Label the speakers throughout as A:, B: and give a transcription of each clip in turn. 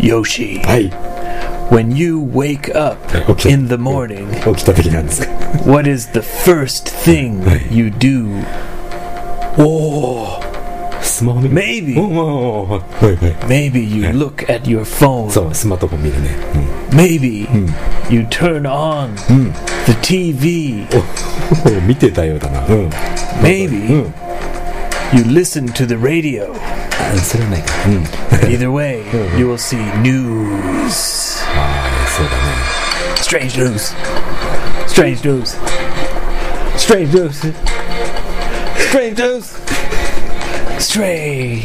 A: Yoshi,
B: はい。
A: when you wake up
B: Okay.
A: in the morning,
B: 起きた時なんですか。
A: what is the first thing
B: Hey.
A: you do? Oh,
B: おお。スマホ見る。お
A: Maybe,
B: お。はいは
A: maybe you look at your
B: い。
A: phone.
B: そう、スマートフォン見るね。
A: Maybe
B: Hmm.
A: you turn on the TV.
B: うん。おお見てたようだな。うん。
A: Maybe
B: うん。
A: you listen to the radio.
B: あそれはないか。うん。
A: Either way, you will see news.
B: ああ、そうだね。
A: Strange news. Strange news. Strange news. Strange news. Strange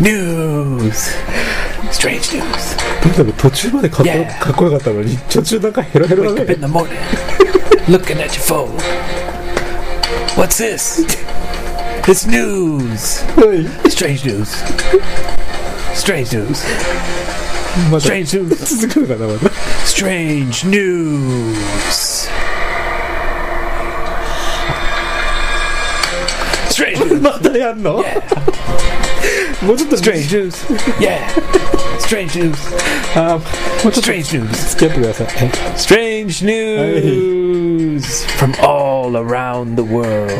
A: news. Strange news.
B: とにかく途中までかっこ
A: Yeah.
B: かっこよかったのに、途中なんかヘロヘロ
A: Wake
B: だ
A: up
B: ね
A: in。the morning, looking at your phone. What's this? It's news.
B: はい。
A: Strange news. Strange news.
B: また
A: Strange news.
B: 続くのかな、また。
A: Strange news. Strange news.
B: またやんのもうちょっと
A: Strange news. Yeah. Strange news.
B: あーもうちょっと
A: Strange news.
B: 付き合ってください
A: Strange news from all around the world.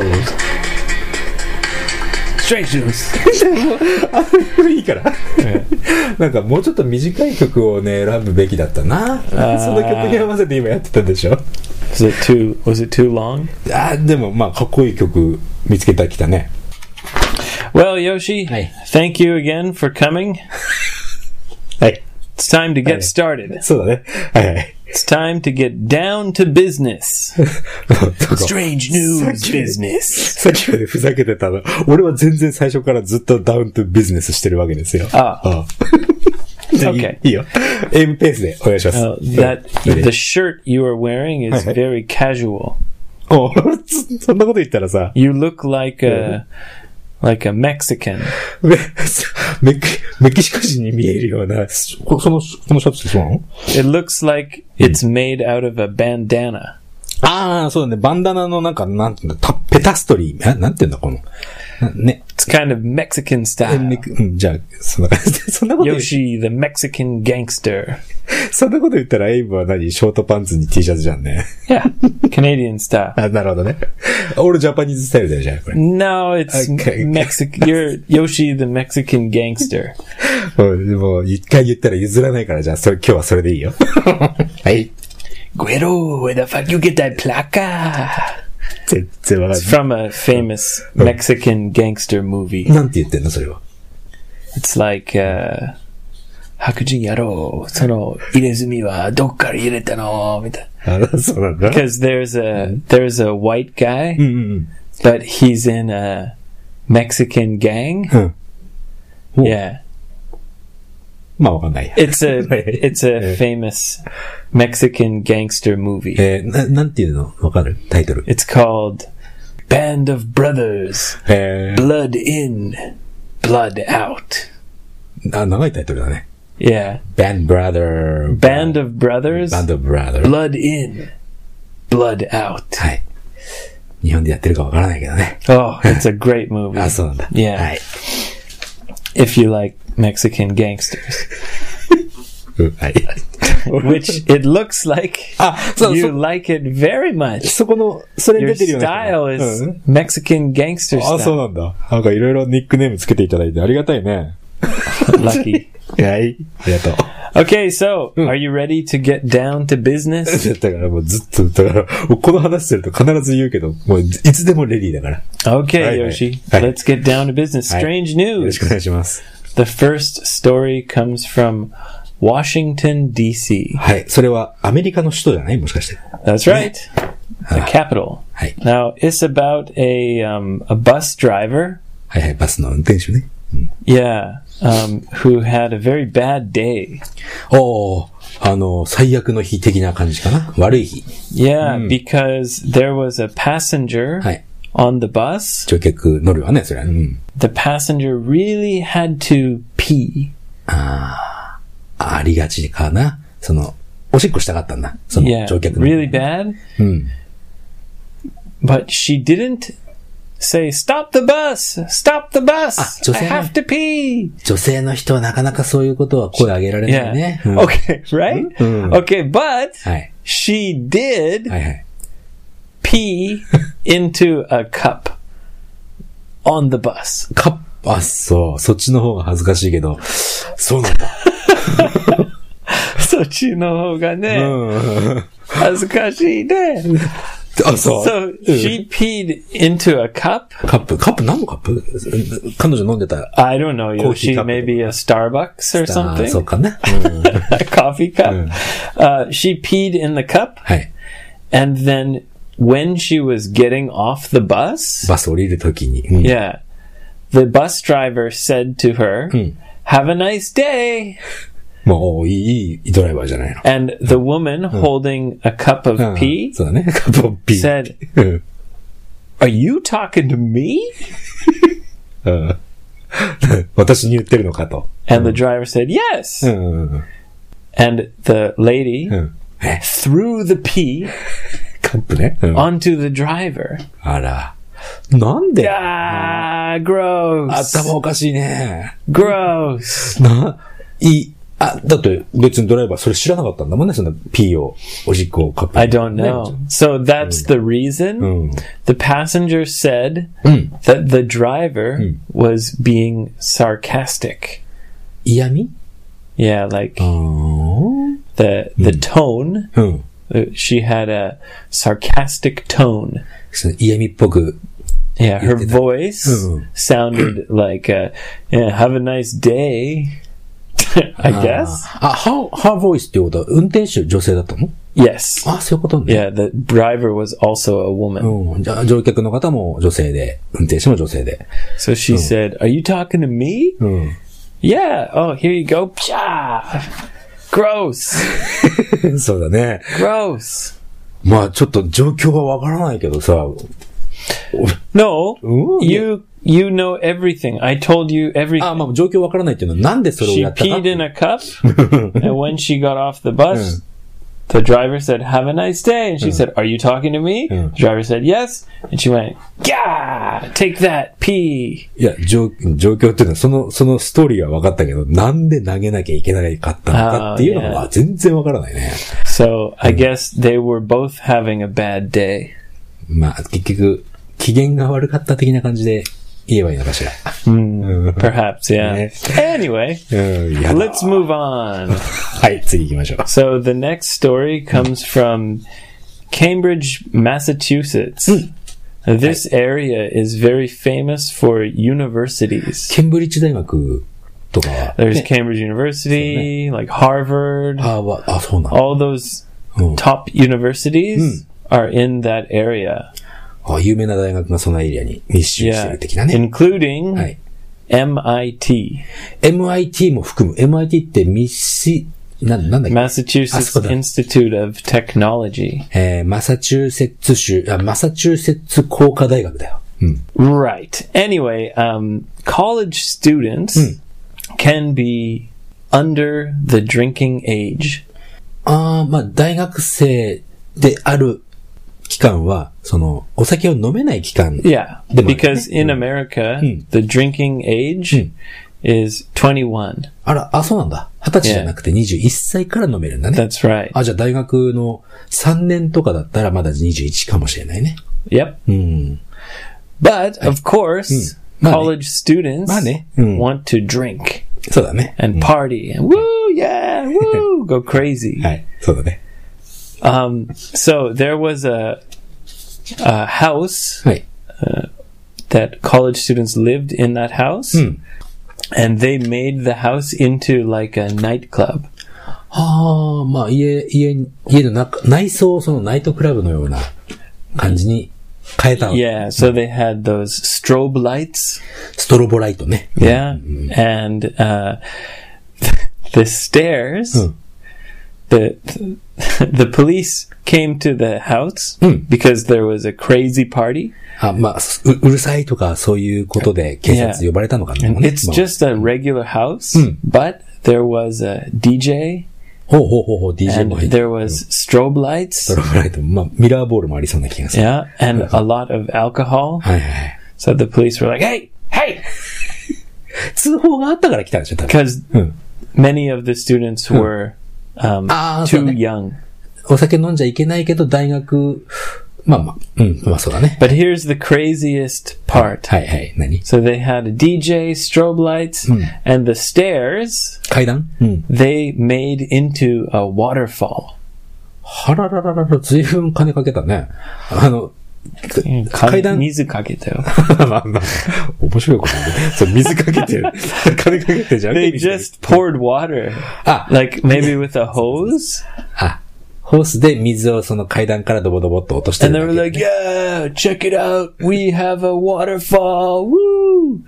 A: Strange news.
B: こ れいいからなんかもうちょっと短い曲をね選ぶべきだったなその曲に合わせて今やってたでしょ
A: Was it too? Was it too long?
B: あーでもまあかっこいい曲見つけたきたね
A: Well, Yoshi,
B: Hey.
A: thank you again for coming.
B: はい
A: It's time to get
B: Hey.
A: started.
B: そうだねはい はい
A: It's time to get down to business.
B: そうか
A: Strange news
B: Strange.
A: business.
B: さっきまでふざけてたの俺は全然最初からずっとダウントゥビジネスしてるわけですよ
A: あ
B: あーじゃあいい
A: Okay.
B: いいよ M ペースでお願いします、
A: Uh, that
B: うん
A: the shirt you are wearing is
B: Hey.
A: very casual.
B: おそ そんなこと言ったらさ
A: You look like a like a Mexican.
B: メメキメキシコ人に見えるような、すこその、このシャツってそうなの
A: It looks like it's made out of a bandana.
B: ああ、そうだね。バンダナのなんか、なんていうんだ、タペタストリー。えなんていうんだ、この。なね。
A: It's kind of Mexican
B: え
A: style.
B: めくうん、じゃあ、そんな感じで。そんなこと言う
A: Yoshi, the Mexican gangster.
B: そんなこと言ったら、エイブは何ショートパンツに T シャツじゃんね。
A: Yeah, Canadian style.
B: あ、なるほどね。 俺ジャパニーズスタイルだよ、じゃあ、こ
A: No, it's
B: Okay.
A: Mexican. You're Yoshi, the Mexican gangster.
B: れ。うん、もう、一回言ったら譲らないから、じゃあ、それ、今日はそれでいいよ。 はい。
A: Guero, where the fuck you get that placa? Oh.
B: 全然わかん
A: It's
B: ない。
A: from a famous Mexican gangster movie.
B: なんて言ってんの、それは。
A: It's like, uh, 白人野郎、その入れ墨はどっから入れたのみたいな。
B: あ、そうなんだ。
A: Because there's a, there's a white
B: うん
A: guy,
B: うん。
A: but he's in a Mexican gang.
B: うん。Oh.
A: Yeah.
B: まあ、わかんないや。
A: It's a,
B: Right.
A: it's a famous Mexican gangster movie.
B: えーな、なんていうのわかるタイトル。
A: It's called Band of Brothers,
B: え
A: Blood In, Blood Out.
B: ー、あ、長いタイトルだね。
A: Yeah.
B: Band Brother.
A: Band of Brothers,
B: Band of Brother.
A: Blood In, Blood Out.
B: はい。日本でやってるかわからないけどね。
A: Oh, it's a great movie.
B: あ、そうなんだ。
A: Yeah.
B: はい。
A: If you like Mexican gangsters,
B: うん、はい。
A: which it looks like
B: あ、そう、
A: you
B: そ、
A: like it very much.
B: そこの、それに
A: Your
B: 出てるような。
A: style is
B: うん
A: Mexican gangster
B: あ、そ
A: style.
B: うなんだ。なんかいろいろニックネームつけていただいてありがたいね。
A: Lucky.
B: はい。ありがとう。
A: Okay, so
B: Hmm.
A: are you ready to get down to business?
B: だからもうずっと、だから、もうこの話すると必ず言うけど、もういつでもレディーだから。
A: Okay,
B: Right,
A: Yoshi,
B: right.
A: let's get down to business.
B: Right.
A: Strange
B: よろし
A: news.
B: くお願いします。
A: The first story comes from Washington, D.C.
B: はい。それはアメリカの首都じゃないもしかして。
A: That's right.
B: Ah.
A: The capital.
B: はい。
A: Now, it's about a, um, a bus driver
B: はいはい、バスの運転手ね。
A: Yeah, um, who had a very bad day.
B: おお、あの、最悪の日的な感じかな。悪い日。
A: Yeah, because there was a passenger
B: はい。
A: on the bus.
B: 乗客乗るわね、それは。うん。
A: The passenger really had to pee.
B: ありがちかな。その、おしっこしたかったんだ。その
A: Yeah,
B: 乗客の。
A: really bad.
B: うん。
A: But she didn't say, stop the bus! Stop the
B: あ
A: bus!
B: 女
A: I
B: 性ね
A: have to pee!
B: 女性の人はなかなかそういうことは声上げられな
A: Yeah.
B: いね。うん
A: Okay, right?
B: Mm.
A: Okay, but
B: はい。
A: she did
B: はいはい。
A: pee into a cup on the bus.
B: カップ、あ、そう。そっちの方が恥ずかしいけど。そうなんだ。
A: そっちの方が
B: う
A: ね、
B: ん。
A: 恥ずかしいね。
B: あ、そう。
A: So
B: うん
A: she peed into a cup.
B: カップ、カップ何のカップ彼女飲んでた。
A: I don't know.
B: Coffee
A: She
B: cup.
A: maybe a Starbucks or
B: あーそう
A: something.
B: かな。
A: A coffee cup.
B: Mm.
A: Uh, she peed in the cup,
B: はい。
A: and then when she was getting off the bus,
B: バス降りるときに。うん
A: yeah, the bus driver said to her,
B: Hmm.
A: "Have a nice day."
B: もういい、いいドライバーじゃないの。
A: And the woman
B: Hmm.
A: holding a cup of
B: うん
A: pee
B: そうだね。 カップピー。
A: said,
B: うん。
A: Are you talking to me?
B: うん私に言ってるのかと。
A: And the
B: Hmm.
A: driver said, Yes.
B: うんうん。
A: And the lady
B: うん。え、
A: threw the pee
B: カップね。うん
A: onto the driver.
B: あら。なんで
A: Ah, gross.
B: 頭おかしいね。
A: Gross.
B: な、いい。あ、だって別にドライバーそれ知らなかったんだもんね、その P を、おしっこをカップに
A: I don't know. So that's
B: Hmm.
A: the reason
B: うん。
A: the passenger said
B: うん。
A: that the driver
B: Hmm.
A: was being sarcastic.
B: 嫌味
A: Yeah, like
B: Oh. うん。
A: the the
B: Hmm.
A: tone.
B: うん。
A: uh, She had a sarcastic tone.
B: その嫌味っぽく。
A: Yeah, her
B: did that.
A: voice
B: Mm.
A: sounded like, uh, yeah, "Have a nice day." I
B: あー
A: guess.
B: あ、ハー、ハーボイスっていうことは運転手女性だったの
A: Yes.
B: あ、そういうことね。
A: Yeah, the driver was also a woman.
B: うん。じゃあ乗客の方も女性で、運転手も女性で。
A: So she said, "Are you talking to me?"
B: うん。
A: Yeah. Oh, here you go. Psha! Gross.
B: そうだね。
A: Gross.
B: まあちょっと状況はわからないけどさ。
A: No,
B: Ooh,
A: you you know everything. I told you everything.
B: あ、まあ状況わからないっていうのはなんでそれを
A: she
B: やったかっ
A: peed
B: ていう
A: in a cup, and when she got off the bus, the driver said, "Have a nice day," and she said, "Are you talking to me?"
B: Mm.
A: The driver said, "Yes," and she went, "Yeah, take that pee."
B: いや、状状況っていうのは、その、そのストーリーは分かったけど、なんで投げなきゃいけないかったのかっていうの
A: あー
B: は全然分からないね。
A: So
B: Hmm.
A: I guess they were both having a bad day.
B: まあ、結局、機嫌が悪かった的な感じで言えばいいのかしら。
A: Perhaps, yeah.
B: Hmm. Yeah.
A: Anyway,
B: うん、やだ
A: let's move on.
B: はい、次行きましょう。
A: So the next story comes from Cambridge, Massachusetts.
B: Hmm.
A: This area is very famous for universities.
B: ケンブリッジ大学とかは、
A: There's Cambridge University, like Harvard.
B: あーわあ、そうなんだ。
A: All those
B: Oh. Hmm.
A: top universities are in that area.
B: あ有名な大学がそのエリアに密集して
A: Yeah.
B: る的なね。は
A: Including
B: い。
A: MIT,
B: MIT も含む。MIT って密集、なんなんだっけ
A: Massachusetts
B: あ、そうだ。
A: Institute of Technology.
B: えー、マサチューセッツ州、あ、マサチューセッツ工科大学だよ。うん。
A: Right. Anyway, um, college students
B: Hmm.
A: can be under the drinking age.
B: ああ、まあ、大学生である期間は、その、お酒を飲めない期間。
A: Yeah.
B: でもね。
A: Because in
B: Hmm.
A: America, the drinking age is 21.
B: あら、あ、そうなんだ。二十歳じゃなくて21歳から飲めるんだね。
A: That's right.
B: あ、じゃあ大学の3年とかだったらまだ21かもしれないね。
A: Yep.
B: うん。
A: But, of course,
B: Hmm. Money.
A: college students
B: Money. Hmm. Mm.
A: want to drink
B: そうだね。
A: and party and woo, yeah, woo, go crazy.
B: はい。そうだね。
A: Um, so there was a, a house
B: はい。
A: that college students lived in that house
B: Hmm.
A: and they made the house into like a nightclub
B: ああ、まあ、家、家に、家の中、内装をそのナイトクラブのような感じに変えたの。
A: yeah so they had those strobe lights
B: ストロボライトね。
A: yeah
B: Hmm.
A: and uh, the stairs
B: Hmm.
A: the the police came to the house
B: Hmm.
A: because there was a crazy party
B: あ、まあ、ううるさいとかそういうことで警察呼ばれたのかな、
A: and it's
B: まあ
A: just a regular house
B: Hmm.
A: but there was a DJ
B: ほうほうほうほう、DJ
A: and
B: も入って。
A: there was strobe lights
B: ストロボライトも、まあ、ミラーボールもありそうな気がする。
A: yeah and a lot of alcohol
B: はいはいはい。
A: So the police were like, hey, hey!
B: 通報があったから来たんでしょ、多分。
A: Because
B: うん。
A: many of the students were um,
B: Ah, so
A: too
B: that-
A: young.
B: お酒飲んじゃいけないけど、大学、まあまあ、うん、まあそうだね。
A: But here's the craziest part.
B: はいはい、何
A: So they had a DJ, strobe lights, and the stairs
B: 階段うん。
A: they made into a waterfall.
B: はららららら、ずいぶん金かけたね。あの、階段
A: They
B: まあまあ、面白いことね。そう、水かけ てる。金かけてるじゃん。
A: just poured water,
B: あ、
A: like maybe with a hose,
B: あ、ホースで水をその階段からドボドボっと落としてる
A: and
B: だ
A: they
B: け。
A: were like, "Yeah, check it out, we have a waterfall!" Woo!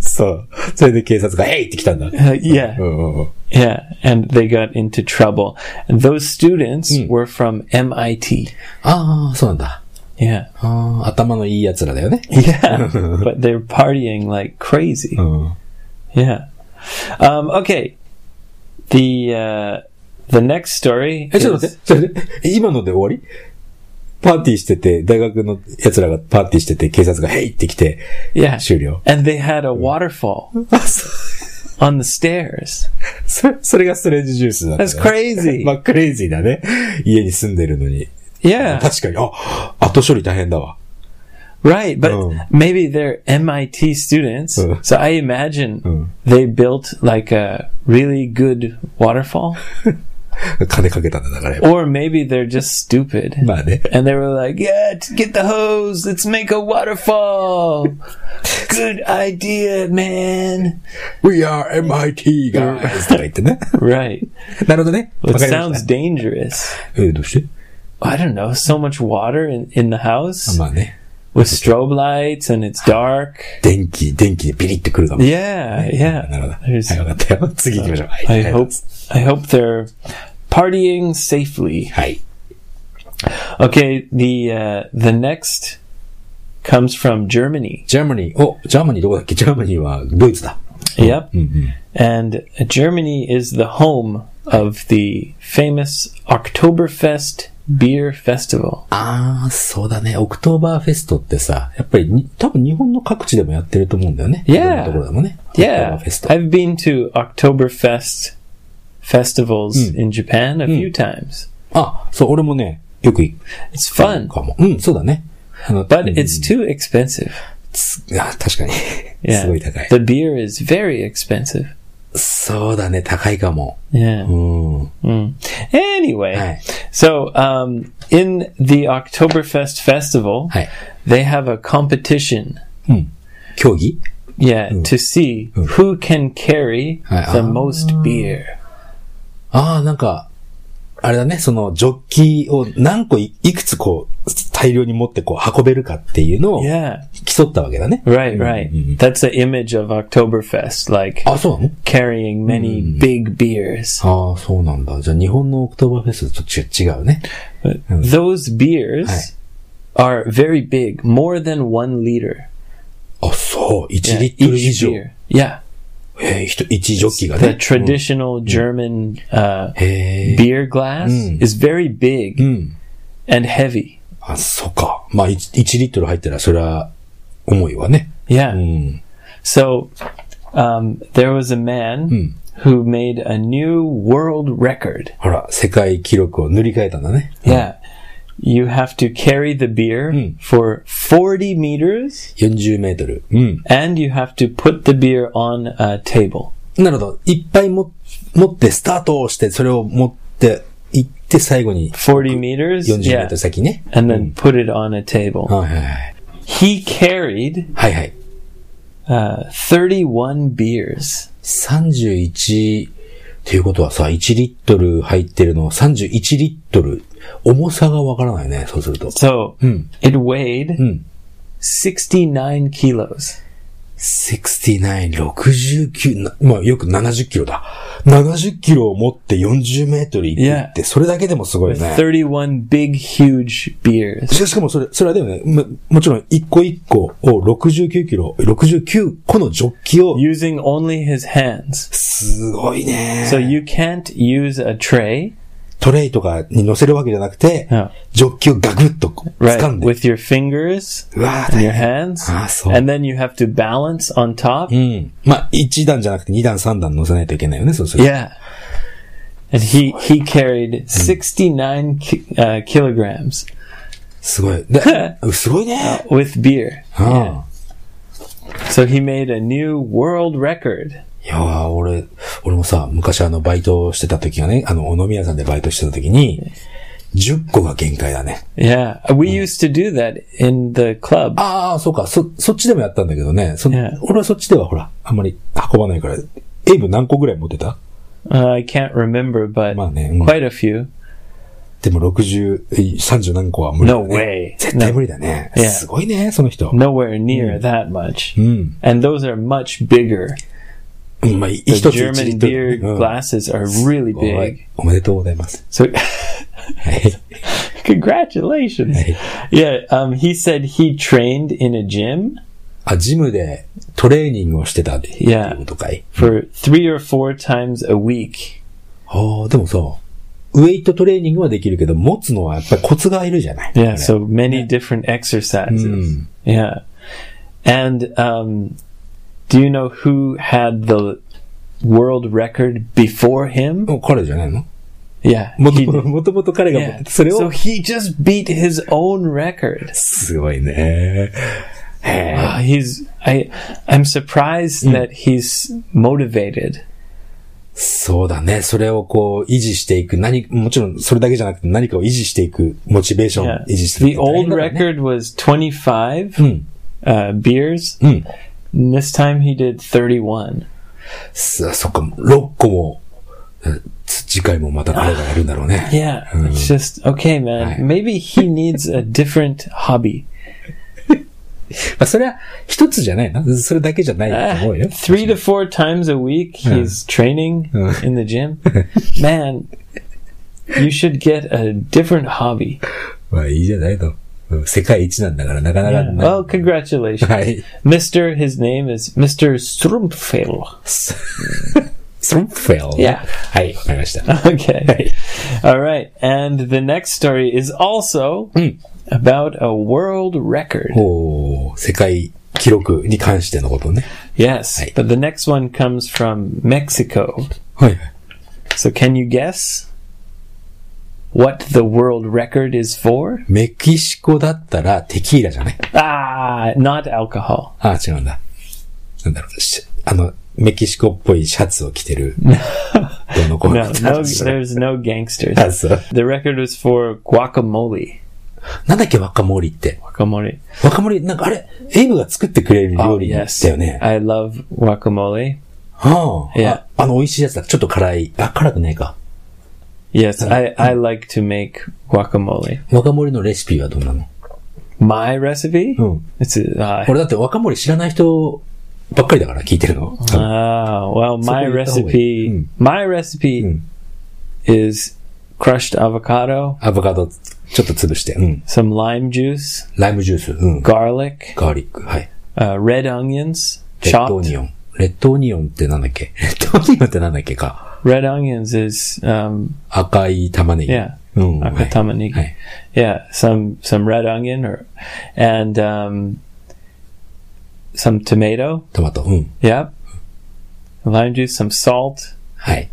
B: そう。それで警察が、えいって来たんだ。
A: Uh, yeah,
B: うんうんうん。
A: yeah, and they got into trouble. And those students were from MIT.
B: ああ、そうなんだ。
A: Yeah,
B: ああ、頭のいい奴らだよね。
A: yeah, but they're partying like crazy.
B: うん。
A: Yeah. Um, okay. The uh, the next story.
B: え、ちょっ
A: is-
B: と待って、ちょっと待って、今ので終わりパーティーしてて、大学の奴らがパーティーしてて、警察が、へいって来て、
A: Yeah.
B: 終了。
A: And they had a waterfall
B: あ、そ
A: on the stairs.
B: それ、それがストレージジュースだった、ね。
A: That's crazy.
B: まあ、クレイジーだね。家に住んでるのに。
A: Yeah.
B: 確かに、あ、後処理大変だわ。
A: Right. But
B: Oh.
A: maybe they're MIT students.
B: Oh.
A: So I imagine
B: Oh.
A: they built like a really good waterfall.
B: 金かけたんだ、だからやっぱ。
A: Or maybe they're just stupid.
B: まあね。
A: And they were like, yeah, t- get the hose. Let's make a waterfall. Good idea, man.
B: We are MIT guys! とか言ってね。
A: Right.
B: なるほどね。わ
A: It
B: かりま
A: sounds
B: した。
A: dangerous.
B: え、どうして
A: I don't know, so much water in, in the house
B: まあね。
A: with strobe lights and it's dark.
B: 電気、電気でビリってくるかも。
A: Yeah,
B: なる
A: yeah.
B: ほど。はい、
A: There's-
B: わかったよ。 次行きましょう。はい。
A: I
B: はい
A: hope I hope they're partying safely.
B: はい。
A: Okay, the uh, the next comes from Germany.
B: ジャーマニー。お、ジャーマニーどこだっけジャーマニーはドイツだ。
A: Yep. And Germany is the home of the famous Oktoberfest beer festival.
B: あー、そうだね。オクトーバーフェストってさ、やっぱりに、多分日本の各地でもやってると思うんだよね。
A: Yeah.
B: いろんなところでもね。オクトーバー
A: Yeah.
B: フェスト。
A: I've been to Oktoberfest festivals in Japan a few times.
B: あ、そう、俺もね、よく行く。
A: It's fun,
B: かも。うん、そうだね。あの、
A: but
B: うん
A: it's too expensive.
B: つあ、確か に。
A: Yeah.
B: すごい高い。
A: The beer is very expensive.
B: そうだね、高いかも。
A: Yeah.
B: うん。は
A: Mm. Anyway,
B: い。
A: so um, in the Oktoberfest festival,
B: はい。
A: they have a competition.
B: 競技
A: Yeah, to see who can carry
B: Ah.
A: the most beer.
B: ああ、なんか、あれだね、その、ジョッキーを何個いいくつこう、大量に持ってこう、運べるかっていうのを
A: Yeah,
B: 競ったわけだね。
A: right, right. That's the image of Oktoberfest, like
B: あ、そうなの
A: carrying many big beers.
B: ああ、そうなんだ。じゃあ、日本のオクトーバーフェストとち違うね。
A: But those beers are very big, more than one liter.
B: あ、そう。1
A: Yeah,
B: リットル以
A: each
B: 上。
A: beer. Yeah,
B: えー、ひと一ジョッキーが
A: the
B: ね。
A: traditional German uh,
B: へえ。
A: beer glass is very big
B: うん。
A: and heavy.
B: あ、そうか。まあ1、1リットル入ったら、それは、重いわね。
A: Yeah.
B: うん。
A: So um, there was a man who made a new world record.
B: ほら、世界記録を塗り替えたんだね。
A: Yeah. You have to carry the beer for 40 meters
B: 40メートル。うん。
A: and you have to put the beer on a table.
B: なるほど。いっぱいも持って、スタートをして、それを持って、行って、最後に、
A: 40 meters?
B: 40メ
A: Yeah.
B: ートル先ね。
A: And then put it on a table.
B: はいはいはい。
A: He carried
B: はいはい。
A: uh, 31 beers.
B: 31、っていうことはさ、1リットル入ってるのを31リットル。重さがわからないね、そうすると。
A: So
B: Hmm.
A: it weighed
B: Hmm.
A: 69 kilos.
B: 69、69、なまあよく70キロだ。70キロを持って40メートル行くって、それだけでもすごいね。
A: 31 big, huge beers.
B: ししかもそれ、それはでもね、ももちろん一個一個を69キロ、69個のジョッキを、
A: Using only his hands.
B: すごいね。
A: So you can't use a tray.
B: トレイとかに乗せるわけじゃなくて、
A: Yeah.
B: ジョッキをガグッとこう
A: Right.
B: 掴んで、
A: With your fingers
B: うわー
A: and
B: 大
A: your
B: 変。
A: hands.
B: Ah, so-
A: And then you have to balance on top.
B: うん。まあ、1段じゃなくて2段3段乗せないといけないよね、そうすると。
A: Yeah. And he, he carried 69 ki- uh, kilograms
B: すごい。 で、すごいね。
A: with beer.
B: うん。
A: So he made a new world record.
B: いやー、俺、俺もさ、昔あの、バイトしてた時がね、あの、お飲み屋さんでバイトしてた時に、10個が限界だね。
A: Yeah. We used to do that in the club.
B: ああ、そうか、そ、そっちでもやったんだけどね。そ
A: ええ
B: 俺はそっちではほら、あんまり運ばないから。エイブ何個ぐらい持ってた
A: Uh, I can't remember, but
B: まあね、うん
A: quite a few.
B: でも60、えい30何個は無理だ、ね。
A: No way.
B: 絶対無理だね。
A: ええ
B: すごいね、その人。
A: Nowhere near that much.
B: うん。
A: And those are much bigger.
B: うんまあ、い
A: The
B: 一つ一
A: German
B: リット
A: beer
B: ル。うん
A: glasses are really
B: すごい
A: big.
B: おめでとうございます。
A: So
B: はい。
A: congratulations. Yeah, um, he said he trained in a gym
B: あ、ジムでトレーニングをしてたって
A: いや
B: ことかい。
A: for three or four times a week.
B: ああ、でもさ、ウェイトトレーニングはできるけど、持つのはやっぱりコツがいるじゃない。
A: Yeah, Hmm.
B: あれ
A: so many different
B: う
A: exercises.
B: ん。
A: Yeah. And um, do you know who had the world record before him?
B: もう彼じゃないの
A: Yeah.
B: もと
A: he
B: もと
A: did.
B: もともと彼が持って
A: Yeah.
B: て、それ
A: So
B: を。
A: he just beat his own record.
B: すごいね。へー
A: Ah, he's I I'm surprised that he's motivated.
B: そうだね。それをこう、維持していく。何、もちろんそれだけじゃなくて何かを維持していく。モチベーションを
A: Yeah.
B: 維持するって
A: The
B: 大
A: old
B: 変だからね。
A: record was 25
B: Mm.
A: uh, beers.
B: Mm.
A: And this time he did 31.
B: そそっか、6個も、うん次回もまた彼がやるんだろうね。
A: Yeah,
B: Mm.
A: it's just okay, man.
B: Right.
A: Maybe he needs a different hobby.
B: まあ、それは一つじゃないな。それだけじゃないと思う
A: Ah,
B: よ。
A: three to four times a week he's training
B: Mm.
A: in the gym. Man, you should get a different hobby.
B: まあいいじゃないと。うん世界一なんだから、なかなか
A: Yeah.
B: ない。
A: Oh, congratulations.
B: はい。
A: Mr. His name is Mr. Strumpfel.
B: スロンフェル。
A: Yeah.
B: はい、わかりました。
A: Okay. All right. And the next story is also
B: Mm.
A: about a world record.
B: Oh. おー世界記録に関してのことね。
A: Yes.
B: Right.
A: But the next one comes from Mexico.
B: はい。
A: So can you guess what the world record is for?
B: メキシコだったらテキーラじゃない
A: Ah, not alcohol.
B: ああ、違うんだ。なんだろう、しあの、メキシコっぽいシャツを着てる。どうの子
A: No, no there's no gangsters.
B: あ、そう。
A: The record was for guacamole.
B: なんだっけ、若森って。
A: Guacamole. Oh,
B: 若森、なんかあれ、エイブが作ってくれる料理だよね。
A: I love guacamole.
B: ああ
A: Yeah.
B: ああの、美味しいやつだ。ちょっと辛い。あ、辛くないか。
A: Yes, I, I like to make guacamole.
B: 若森のレシピはどうなの
A: My recipe?
B: うん。
A: It's a, uh,
B: 俺だって若森知らない人ばっかりだから聞いてるの。
A: Ah, well, my
B: そこ言った方がいい。
A: recipe,
B: うん。
A: my recipe
B: うん。
A: is crushed avocado,
B: アボカド、ちょっと潰して。うん。
A: some lime juice,
B: ライムジュース。うん。ガ
A: garlic,
B: ーリック。はい。
A: uh, red onions,
B: レッドオ
A: chopped.
B: ニオン。レッドオニオンってなんだっけ レッドオニオンってなんだっけか。
A: Red onions is um,
B: 赤い玉ねぎ。
A: yeah,
B: うん。はい
A: akatamani.
B: はい。
A: Yeah, some some red onion or and um, some tomato.
B: トマト。うん。
A: Yep, lime juice, some salt,
B: はい。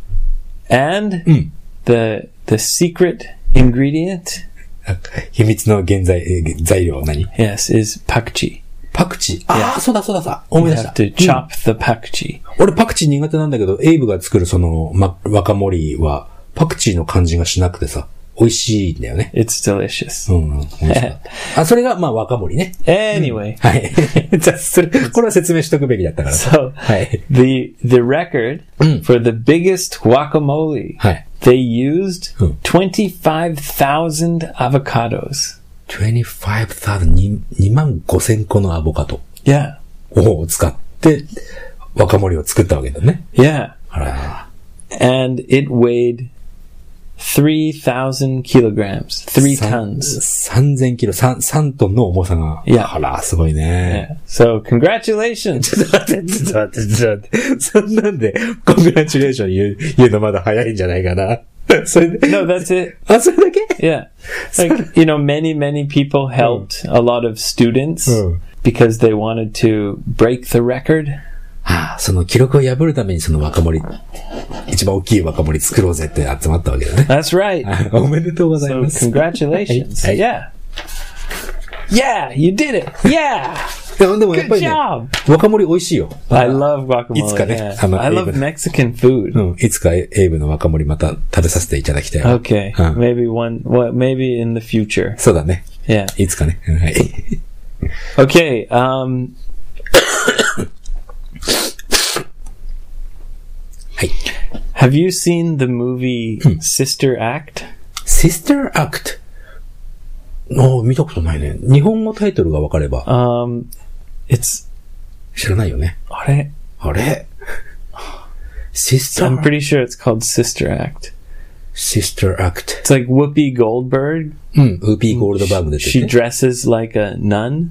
A: and
B: Mm.
A: the the secret ingredient.
B: あ秘密の原材、えー材料は何
A: Yes, is pakchi.
B: パクチー。ああ、そうだそうだそうだ。思
A: You
B: い出し
A: have to
B: た。うん
A: chop the pakchi.
B: 俺パクチー苦手なんだけど、エイブが作るその、ま、若森は、パクチーの感じがしなくてさ、美味しいんだよね。
A: It's delicious.
B: うん、うん。美味しか った。あ、それが、まあ、若森ね。
A: Anyway,
B: はい。じゃあ、それ、これは説明しとくべきだったか ら。
A: so
B: はい。
A: the the record for the biggest guacamole
B: はい。
A: they used
B: Hmm.
A: 25,000 avocados.
B: 25,000、に2万5千個のアボカド
A: Yeah.
B: を使って、若森を作ったわけだね。
A: Yeah.
B: あら。
A: And it weighed 3,000 kilograms, 3 tons.
B: 3000キロ、3、三トンの重さが。
A: いや
B: あら、すごいね。
A: Yeah. So congratulations.
B: ちょっと待って、ちょっと待って、ちょっと待って。そんなんで、コングラチュレーション言う言うのまだ早いんじゃないかな。 それで、
A: No, that's it.
B: あ、それだけ
A: Yeah. Like, you know, many, many people helped a lot of students
B: Mm.
A: because they wanted to break the record.
B: ああ、その記録を破るためにその若森、一番大きい若森作ろうぜって集まったわけだね。
A: That's right.
B: おめでとうござい
A: So
B: ます。
A: congratulations.
B: Hey, hey.
A: Yeah. Yeah, you did it. Yeah.
B: いやでもやっぱ
A: Good
B: りね、
A: job.
B: 若森美味しいよ。
A: I love guacamole.
B: いつかね、
A: yeah.
B: あの、
A: I love
B: 英語で。
A: Mexican food.
B: うん、いつかエイブの若森また食べさせていただきたいわ。
A: Okay.
B: うん
A: Maybe one well, maybe in the future.
B: そうだね。
A: Yeah.
B: いつかね。うんはい。
A: Okay. Um
B: はい。
A: have you seen the movie Sister Act?
B: Sister Act。ああ、見たことないね。日本語タイトルがわかれば
A: Um it's
B: 知らないよね。
A: I don't-
B: あれ
A: I'm
B: ?Sister,
A: pretty sure it's called Sister Act.
B: Sister Act。
A: It's like Whoopi Goldberg.
B: うん、ウーピーゴールドバーグ出て
A: She
B: るね。
A: dresses like a nun.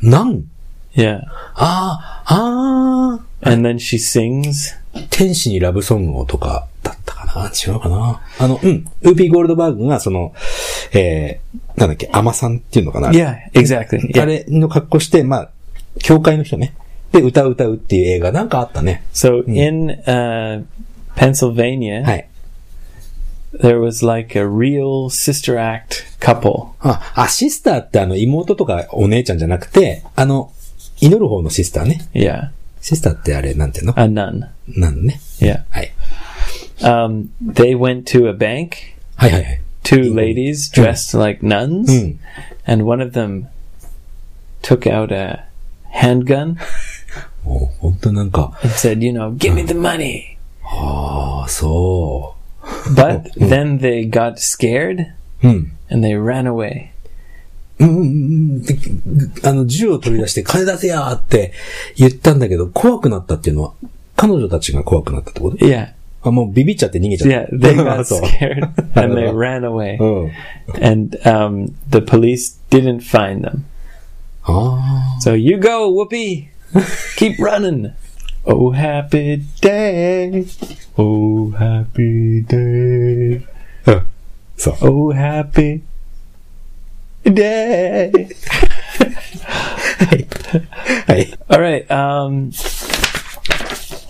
B: なん、
A: Yeah.
B: ああ、あ
A: And then she sings.
B: あ、天使にラブソングをとかだったかな違うかなあの、うん、ウーピーゴールドバーグがその、えー、なんだっけ、アマさんっていうのかな
A: Yeah, exactly.
B: あ
A: Yeah.
B: れの格好して、まあ、教会の人ね。で、歌う歌うっていう映画なんかあったね。
A: So in uh, Pennsylvania,
B: はい。
A: there was like a real sister act couple.
B: あ、あシスターってあの妹とかお姉ちゃんじゃなくて、あの、祈る方のシスターね。
A: Yeah,
B: シスターってあれ、なんていうの
A: a nun.
B: なんね。
A: Yeah.
B: はい。
A: Um, they went to a bank.
B: はいはいはい。
A: Two ladies dressed like nuns,
B: Mm.
A: and one of them took out a handgun
B: もう、ほんとなんか、
A: and said, "You know, give me the money."
B: ああ、そ
A: But then they got scared
B: う。うん。
A: and they ran away.
B: うんうんうんであの、銃を取り出して金出せやーって言ったんだけど、怖くなったっていうのは、彼女たちが怖くなったってこと
A: Yeah,
B: あ、もうビビっちゃって逃げちゃった。
A: yeah. They
B: あ
A: got
B: そう
A: scared and they ran away.
B: うん。
A: and um, the police didn't find them.
B: あ
A: So you go, Whoopi, keep running. Oh happy day, oh happy day,
B: あ。うん。そう。
A: oh happy day.
B: はい。
A: All right. Um,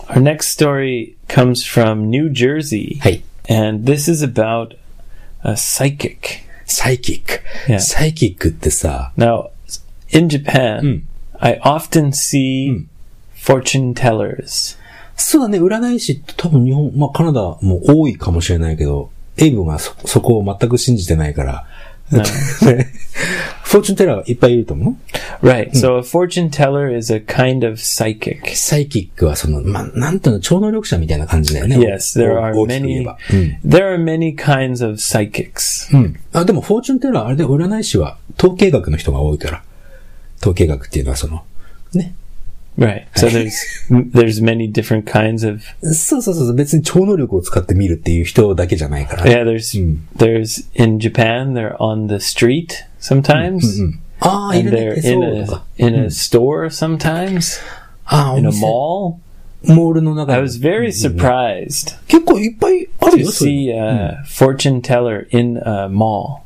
A: our next story comes from New Jersey,
B: はい。
A: and this is about a psychic.
B: サイキック。
A: Yeah.
B: サイキックってさ、
A: Now, in Japan,
B: Mm.
A: I often see
B: Mm.
A: fortune tellers.
B: そうだね、占い師って多分日本、まあカナダも多いかもしれないけど、エイブがそ、そこを全く信じてないから、
A: No.
B: フォーチュンテラーはいっぱいいると思う
A: Right. So a fortune teller is a kind of psychic.
B: サイキックはその、まあ、なんていうの、超能力者みたいな感じだよね。
A: Yes, there
B: 大
A: are
B: 大きく言え
A: many.
B: ばうん。
A: There are many kinds of psychics.
B: うん。あ、でもフォーチュンテラー、あれで占い師は統計学の人が多いから。統計学っていうのはその、ね。
A: Right. So there's there's many different kinds of
B: そうそうそう、別に超能力を使って見るっていう人だけじゃないから。
A: yeah. There's
B: Mm.
A: there's in Japan they're on the street sometimes,
B: ああ、い
A: and
B: る
A: they're
B: ね。そ
A: in
B: うと
A: a
B: か。
A: in a store sometimes
B: ああ、お
A: in Hmm. a
B: 店。モ
A: mall.
B: ールの
A: I
B: 中で
A: was。very surprised
B: 結構いっぱいある
A: to
B: よ、そうい
A: see
B: う
A: a fortune teller in a mall.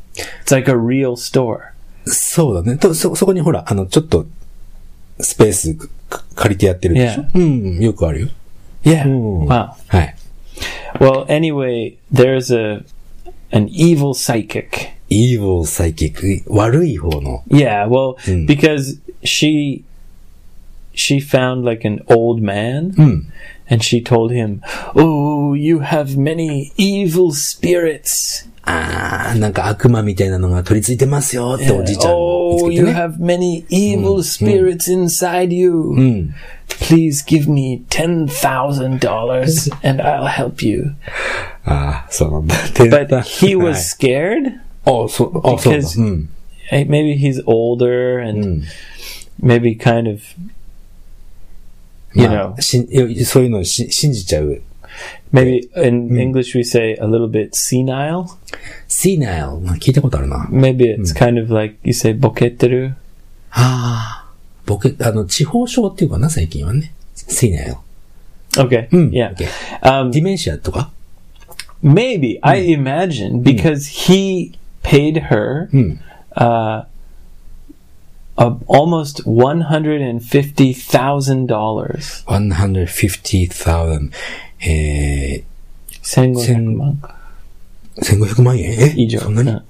A: It's like a real store.
B: そうだね。とそ、そこにほら、あの、ちょっと、スペースか借りてやってるでしょ
A: Yeah.
B: うん、よくあるよ。
A: Yeah.
B: Mm.
A: Wow.
B: はい。
A: Well, anyway, there's a an evil psychic.
B: evil psychic 悪い方の。
A: Yeah, well,
B: Mm.
A: because she she found like an old man
B: うん。
A: and she told him, "Oh, you have many evil spirits.
B: ああ、なんか悪魔みたいなのが取り付いてますよっておじいちゃんを
A: Oh,
B: 見つけて
A: you
B: ね。
A: have many evil spirits inside you.
B: うん。
A: Please give me $10,000 and I'll help you."
B: ああ、そうなんだ。ってなっ
A: But
B: た
A: he
B: は
A: was
B: い
A: scared.
B: ああ、そう、ああ、そうだ。
A: because-
B: うん。
A: Hey, maybe he's older and maybe kind of you know
B: まあ、しそういうのをし信じちゃう。
A: maybe in english we say a little bit senile
B: senile まあ聞いたことあるな。
A: maybe it's kind of like you say boketeru
B: ああ、僕、あの、地方症っていうかな、最近はね。senile
A: okay yeah
B: Hmm. okay.
A: um
B: ディメンシアとか
A: Maybe I imagine because he paid her
B: うん。
A: uh, uh, almost one hundred and fifty thousand dollars.
B: 150,000、え Sen-
A: Sengoku-man.
B: ー、1500万円え
A: Ijo.
B: そんなに
A: Uh,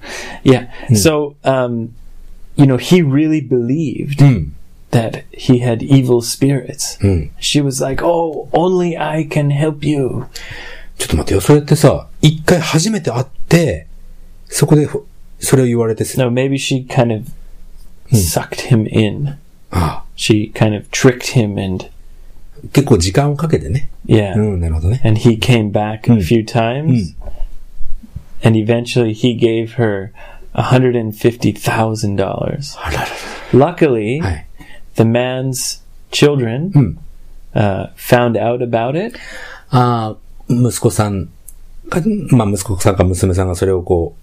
A: yeah. So, um, you know, he really believed
B: うん。
A: that he had evil spirits.
B: うん。
A: She was like, "Oh, only I can help you."
B: ちょっと待ってよ。それってさ、一回初めて会って、そこでほ、それを言われてす、
A: No, maybe she kind of sucked him in.
B: あ
A: She kind of tricked him, and
B: あ結構時間をかけてね。
A: yeah,
B: うん、なるほどね。
A: and he came back a
B: Mm.
A: few times, and eventually he gave her hundred and fifty thousand dollars.
B: あららら
A: Luckily,
B: はい。
A: the man's children
B: Mm.
A: uh, found out about it.
B: ああ、息子さんか、まあ息子さんか娘さんがそれをこう、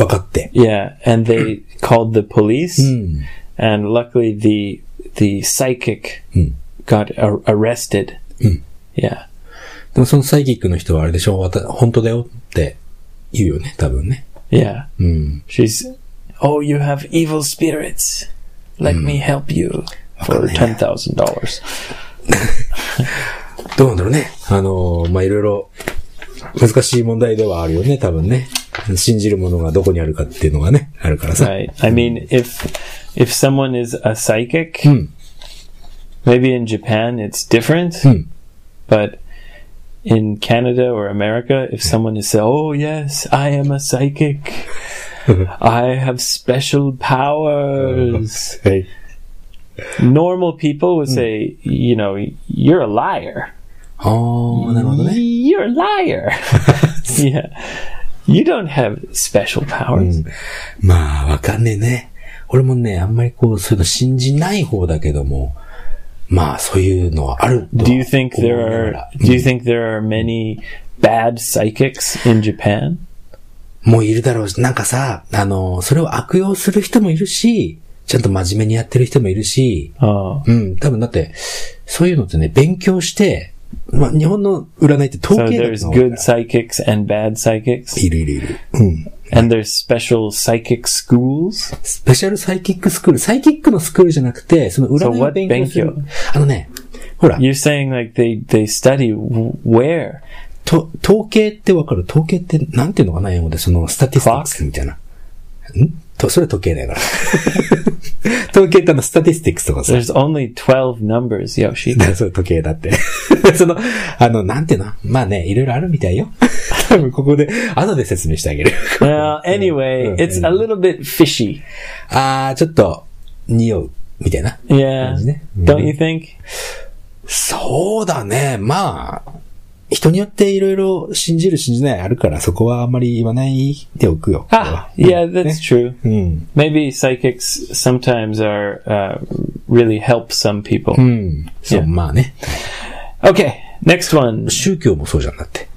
B: 分かって。
A: Yeah, and they called the police,
B: うん。
A: and luckily the the psychic
B: Mm.
A: got ar- arrested.
B: Mm.
A: Yeah,
B: でもそのサイキックの人はあれでしょわた本当だよって言うよね、多分ね。
A: yeah.
B: うん。
A: She's, oh, you have evil spirits. Let me help you for ten
B: Okay.
A: thousand dollars.
B: どうなんだろうね。あのーまあ、いろいろ難しい問題ではあるよね、多分ね。信じるものがどこにあるかっていうのがね、あるからさ。
A: Right. I mean, if if someone is a psychic,
B: Mm.
A: maybe in Japan it's different,
B: Mm.
A: but in Canada or America, if someone is say, "Oh yes, I am a psychic," I have special powers.
B: はい。
A: Normal people would say, "You know, you're a liar.
B: あー、なるほどね。
A: You're a liar. yeah, you don't have special powers."
B: まあ、わかんねえね。俺もね、あんまりこう、そういうの信じない方だけども、まあ、そういうのはあるとは
A: Do you think
B: 思い
A: there
B: なが
A: are
B: ら
A: do you think there are many bad psychics in Japan?
B: もういるだろうし、なんかさ、あの、それを悪用する人もいるし、ちゃんと真面目にやってる人もいるし、
A: Oh.
B: うん、多分だって、そういうのってね、勉強して、まあ、日本の占いって統
A: So
B: 計だ
A: there's
B: と思うか
A: good
B: ら
A: psychics and bad psychics
B: いるいるいる。うん。
A: and there's special psychic schools.
B: スペシャルサイキックスクール。サイキックのスクールじゃなくて、その占い
A: So
B: を
A: what
B: 勉強する
A: 勉。
B: あのね、ほら、
A: You're saying like they they study w- where?
B: と、統計ってわかる統計って、なんていうのかな英語で、その、スタティスティックスみたいな。んと、それ時計だから。 統計ってあの、スタティスティックスとかさ。
A: There's only 12 numbers, Yoshi.
B: だそう、時計だって。 その、あの、なんていうのまあね、いろいろあるみたいよ。 多分ここで、後で説明してあげる。
A: Well, anyway, it's a little bit fishy.
B: あー、ちょっと、匂う、みたいな。
A: Yeah.
B: Isn't it?
A: Don't you think?
B: そうだね、まあ、人によっていろいろ信じる信じないあるから、そこはあんまり言わないでおくよ。
A: Ah, yeah, Hmm. that's true.
B: うん。
A: Maybe psychics sometimes are uh, really help some people.
B: うん。そう、
A: Yeah.
B: まあね。
A: Okay, next one.
B: 宗教もそうじゃんだって。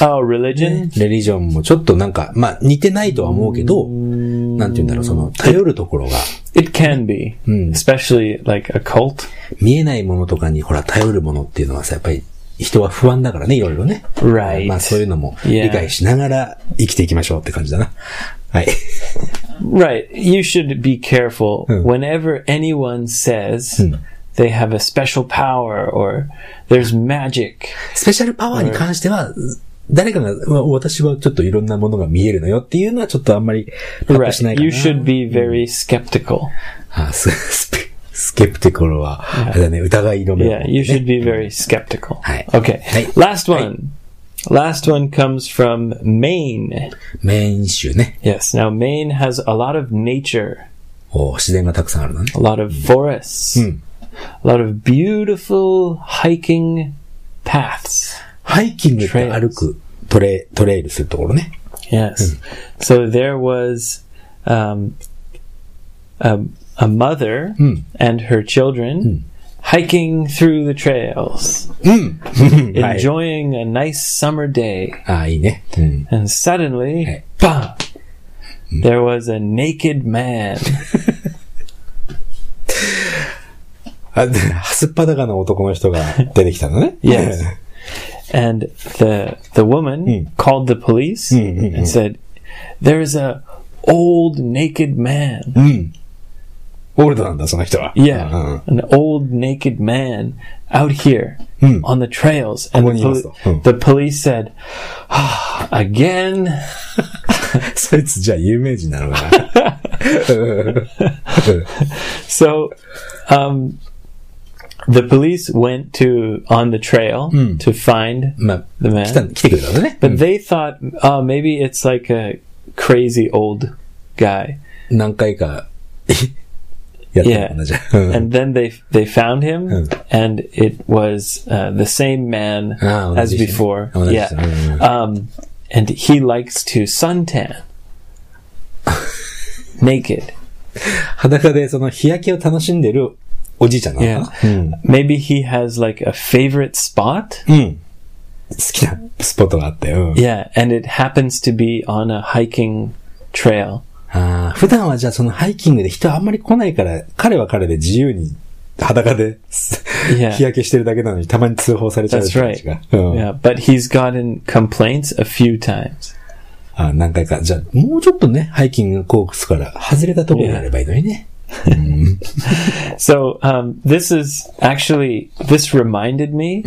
A: Oh, religion.
B: レリジョンもちょっとなんか、まあ似てないとは思うけど、なんて言うんだろう、その、頼るところが、
A: It can be,
B: Mm.
A: especially like a cult,
B: 見えないものとかにほら頼るものっていうのはさ、やっぱり人は不安だからね、いろいろね。
A: Right.
B: まあそういうのも
A: Yeah.
B: 理解しながら生きていきましょうって感じだな。はい。
A: right? You should be careful whenever anyone says they have a special power or there's magic.
B: スペシャルパワーに関しては、誰かが、まあ私はちょっといろんなものが見えるのよっていうのはちょっとあんまりパッと
A: Right?
B: しないかな。
A: You should be very skeptical.
B: あススペスケプティコルは、あれだね、疑いの目を持っ
A: Yeah,
B: て
A: you
B: ね
A: should be very skeptical.
B: Hi.
A: Okay,
B: Hi.
A: last one. Last one comes from Maine.
B: メイン州ね。
A: Yes. Now Maine has a lot of nature,
B: お自然がたくさんあるのね。
A: a lot of forests,
B: Mm.
A: a lot of beautiful hiking paths.
B: ハイキングって歩く、トレ、トレイルするところね。
A: Yes. Hmm. So there was um, a, a mother
B: Mm.
A: and her children hiking through the trails,
B: うん。はい。
A: enjoying a nice summer day.
B: ああ、いいね。うん。
A: And suddenly,
B: Hey.
A: bam! There was a naked man.
B: あ、で、すっぱだかな男の人が出てきたのね。
A: Yes. and the the woman
B: Mm.
A: called the police
B: Mm, mm, mm.
A: and said, "There is a old naked man.
B: うん。 オールドなんだ、その人は。
A: Yeah, an old naked man out here
B: Mm.
A: on the trails." And the,
B: ここにいますと。うん。
A: the police said, "Ah, "Again."
B: そいつじゃあ有名人なのかな。
A: So, um, the police went to on the trail to find
B: まあ、
A: the man.
B: 来た、来てくれたんだね。
A: But they thought, oh, maybe it's like a crazy old guy.
B: 何回か、やったのかな、じゃあ。うん
A: And then they they found him,
B: Hmm.
A: and it was uh, the same man
B: Ah, well,
A: as
B: that's interesting.
A: before.
B: Oh, that's
A: yeah,
B: interesting.
A: um, and he likes to suntan naked.
B: 裸でその日焼けを楽しんでるおじいちゃんなのか
A: Yeah.
B: な。うん
A: Maybe he has like a favorite spot.
B: うん。好きなスポットがあって、うん。
A: Yeah, and it happens to be on a hiking trail.
B: あー普段はじゃあそのハイキングで人あんまり来ないから、彼は彼で自由に裸で
A: Yeah.
B: 日焼けしてるだけなのにたまに通報されちゃう
A: That's
B: 人た
A: right.
B: ちが。うん
A: Yeah, but he's gotten complaints a few times.
B: あー何回か。じゃあもうちょっとね、ハイキングコークスから外れたところにあればいいのにね。
A: So um, this is actually this reminded me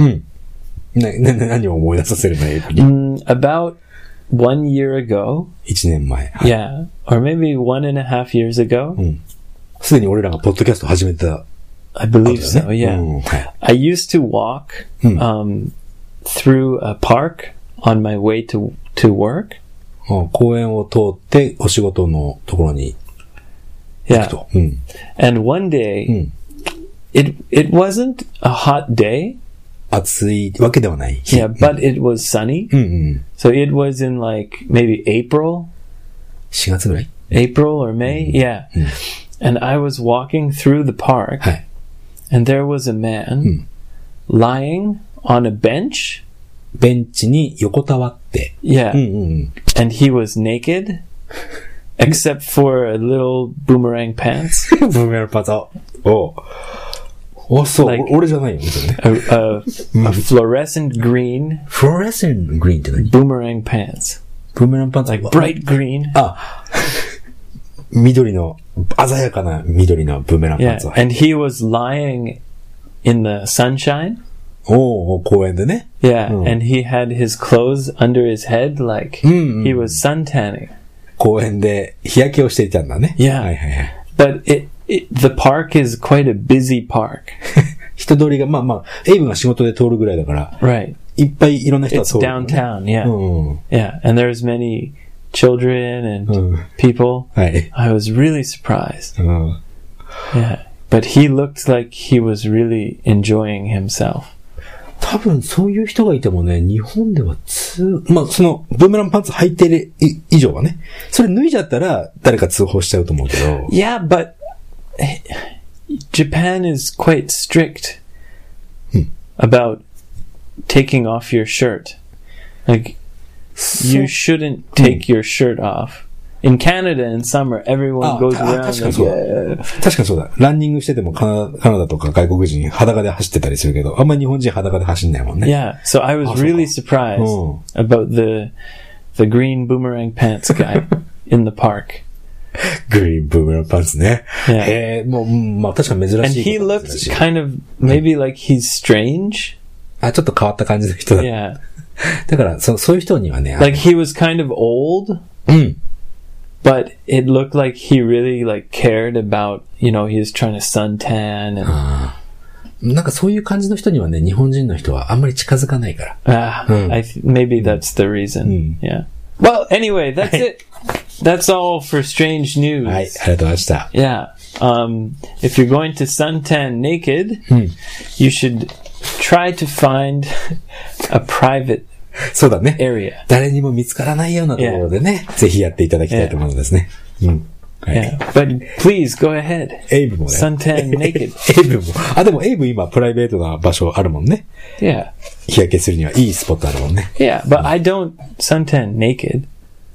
B: な、な、な何を思い出させるのよ。
A: mm, about one year ago.
B: 一年前。はい
A: Yeah, or maybe one and a half years ago.
B: Hmm. すでに俺らがポッドキャスト始めてた
A: I believe
B: 後だ
A: so.
B: よね。
A: Yeah,
B: うんはい。
A: I used to walk
B: Hmm.
A: um, through a park on my way to to work.
B: うん公園を通ってお仕事のところに
A: Yeah,
B: と。うん。
A: and one day
B: Hmm.
A: it it wasn't a hot day.
B: 暑いわけではない日。
A: Yeah, but it was sunny.
B: うんうん。
A: So it was in like maybe April,
B: 4月ぐらい
A: April or May. Yeah. And I was walking through the park
B: はい。
A: and there was a man lying on a bench.
B: ベンチに横たわって。
A: Yeah.
B: うんうんうん。
A: And he was naked except for a little boomerang pants,
B: ブーメランパザー。おう。お、そう。
A: Like-
B: お俺じゃないよ。みたいなね
A: a, a, a fluorescent green
B: フローレッセングリーンって何
A: boomerang pants,
B: ブーメランパザー。
A: bright green.
B: あ、緑の、鮮やかな緑のブーメランパン
A: Yeah.
B: ツを。
A: And he was lying in the sunshine.
B: おうおう、公園でね。
A: Yeah,
B: Mm.
A: and he had his clothes under his head like
B: Mm, mm.
A: he was suntanning.
B: 公園で日焼けをしていたんだね。
A: Yeah.
B: はいはいはい。
A: But it, it the park is quite a busy park.
B: 人通りが、まあまあ、エイブが仕事で通るぐらいだから、
A: Right. Hmm.
B: いっぱいいろんな人が
A: It's
B: 通る、
A: downtown, yeah.
B: うん。は
A: Yeah, and there's many children and
B: Mm.
A: people.
B: い。
A: I was really surprised.
B: うん。
A: Yeah. But he looked like he was really enjoying himself.
B: 多分そういう人がいてもね、日本では通、まあその、ブーメランパンツ履いてるい以上はね、それ脱いじゃったら誰か通報しちゃうと思うけど、
A: Yeah, but Japan is quite strict Hmm. about taking off your shirt. Like you shouldn't take your shirt off. In Canada in summer, everyone
B: Ah,
A: goes
B: ah,
A: around
B: that's
A: like,
B: good.
A: "Yeah."
B: 確かにそうだ。ランニングしててもカナカナダとか外国人裸で走ってたりするけど、あんまり日本人裸で走んないもんね。
A: yeah. So I was
B: Ah,
A: really
B: so-
A: surprised
B: Oh.
A: about the the green boomerang pants guy in the park.
B: グリーンブーメランパンツね。
A: Yeah.
B: ええもう、うんまあ確かに珍
A: And
B: しいこと。
A: he
B: 珍
A: looked
B: しい
A: kind of maybe like he's strange.
B: あ、ちょっと変わった感じの人だ。
A: Yeah.
B: だからそ、そういう人にはね、あ
A: Like he was kind of old,
B: うん。
A: but it looked like he really like cared about, you know, he was trying to suntan and
B: なんかそういう感じの人にはね、日本人の人はあんまり近づかないから。
A: Ah, I th- maybe that's the reason. Yeah. Well, anyway, that's it. That's all for strange news.
B: はい、ありがとうございました。
A: Yeah. Um, if you're going to suntan naked, you should try to find a private
B: そうだね。
A: area.
B: 誰にも見つからないようなところでね、ぜひやっていただきたいと思うのですね。うん。は
A: Yeah.
B: い。
A: But please go ahead.
B: エイブもね。
A: Suntan naked.
B: エイブも。あ、でもエイブ今プライベートな場所あるもんね。
A: Yeah.
B: 日焼けするにはいいスポットあるもんね。
A: Yeah. But I don't suntan naked.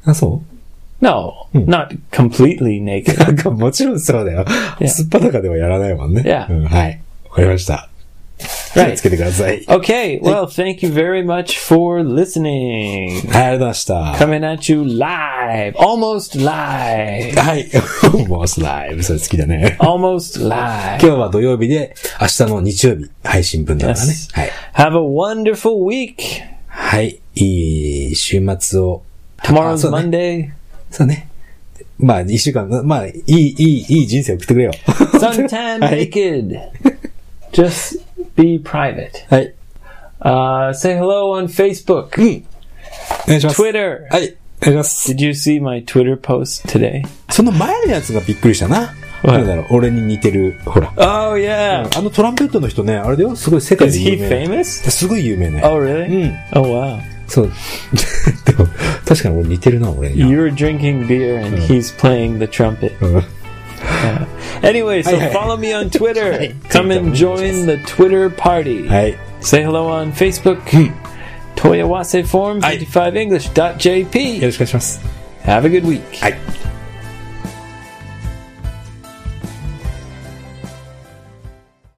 B: あ、そう
A: No, not completely naked.
B: なんかもちろんそうだよ。
A: や
B: すっぱだかではやらないもんね。
A: いや
B: うん、はい。わかりました。気をつけてください。
A: Okay, well, thank you very much for listening.
B: はい、ありがとうございました。
A: Coming at you live, almost live,
B: はい。 もうスライブ、それ好きだね。
A: almost live.
B: 今日は土曜日で、明日の日曜日、配信分だからね
A: Yes.。
B: はい。
A: Have a wonderful week.
B: はい。いい週末を。あ
A: Tomorrow's
B: そうね
A: Monday.
B: そうね。まあ、一週間、まあ、いい、いい、いい人生 送ってくれよ。
A: Suntan
B: はい。
A: naked. Just be private.
B: はい。
A: Uh, say hello on Facebook,
B: うん。お願いします。
A: Twitter.
B: はい。お願いします。
A: Did you see my Twitter post today?
B: その前のやつがびっくりしたな。なんだろう、俺に似てる、ほら。
A: Oh yeah.
B: あのトランペットの人ね、あれだよ、すごい世界
A: Is
B: で
A: he
B: 有名。
A: famous?
B: すごい有名ね。
A: Oh really?
B: うん。
A: Oh wow.
B: そう。 でも、確かに俺似てるな、俺にな。
A: You're drinking beer and he's playing the trumpet.
B: うん。
A: Anyway, so
B: Hi, hi.
A: follow me on Twitter.
B: Hi.
A: Come and join the Twitter party.
B: はい。
A: Say hello on Facebook. Toyawase Form
B: Hmm. Hi.
A: 55 English.jp.
B: よろしくお願いします。
A: Have a good week.
B: はい。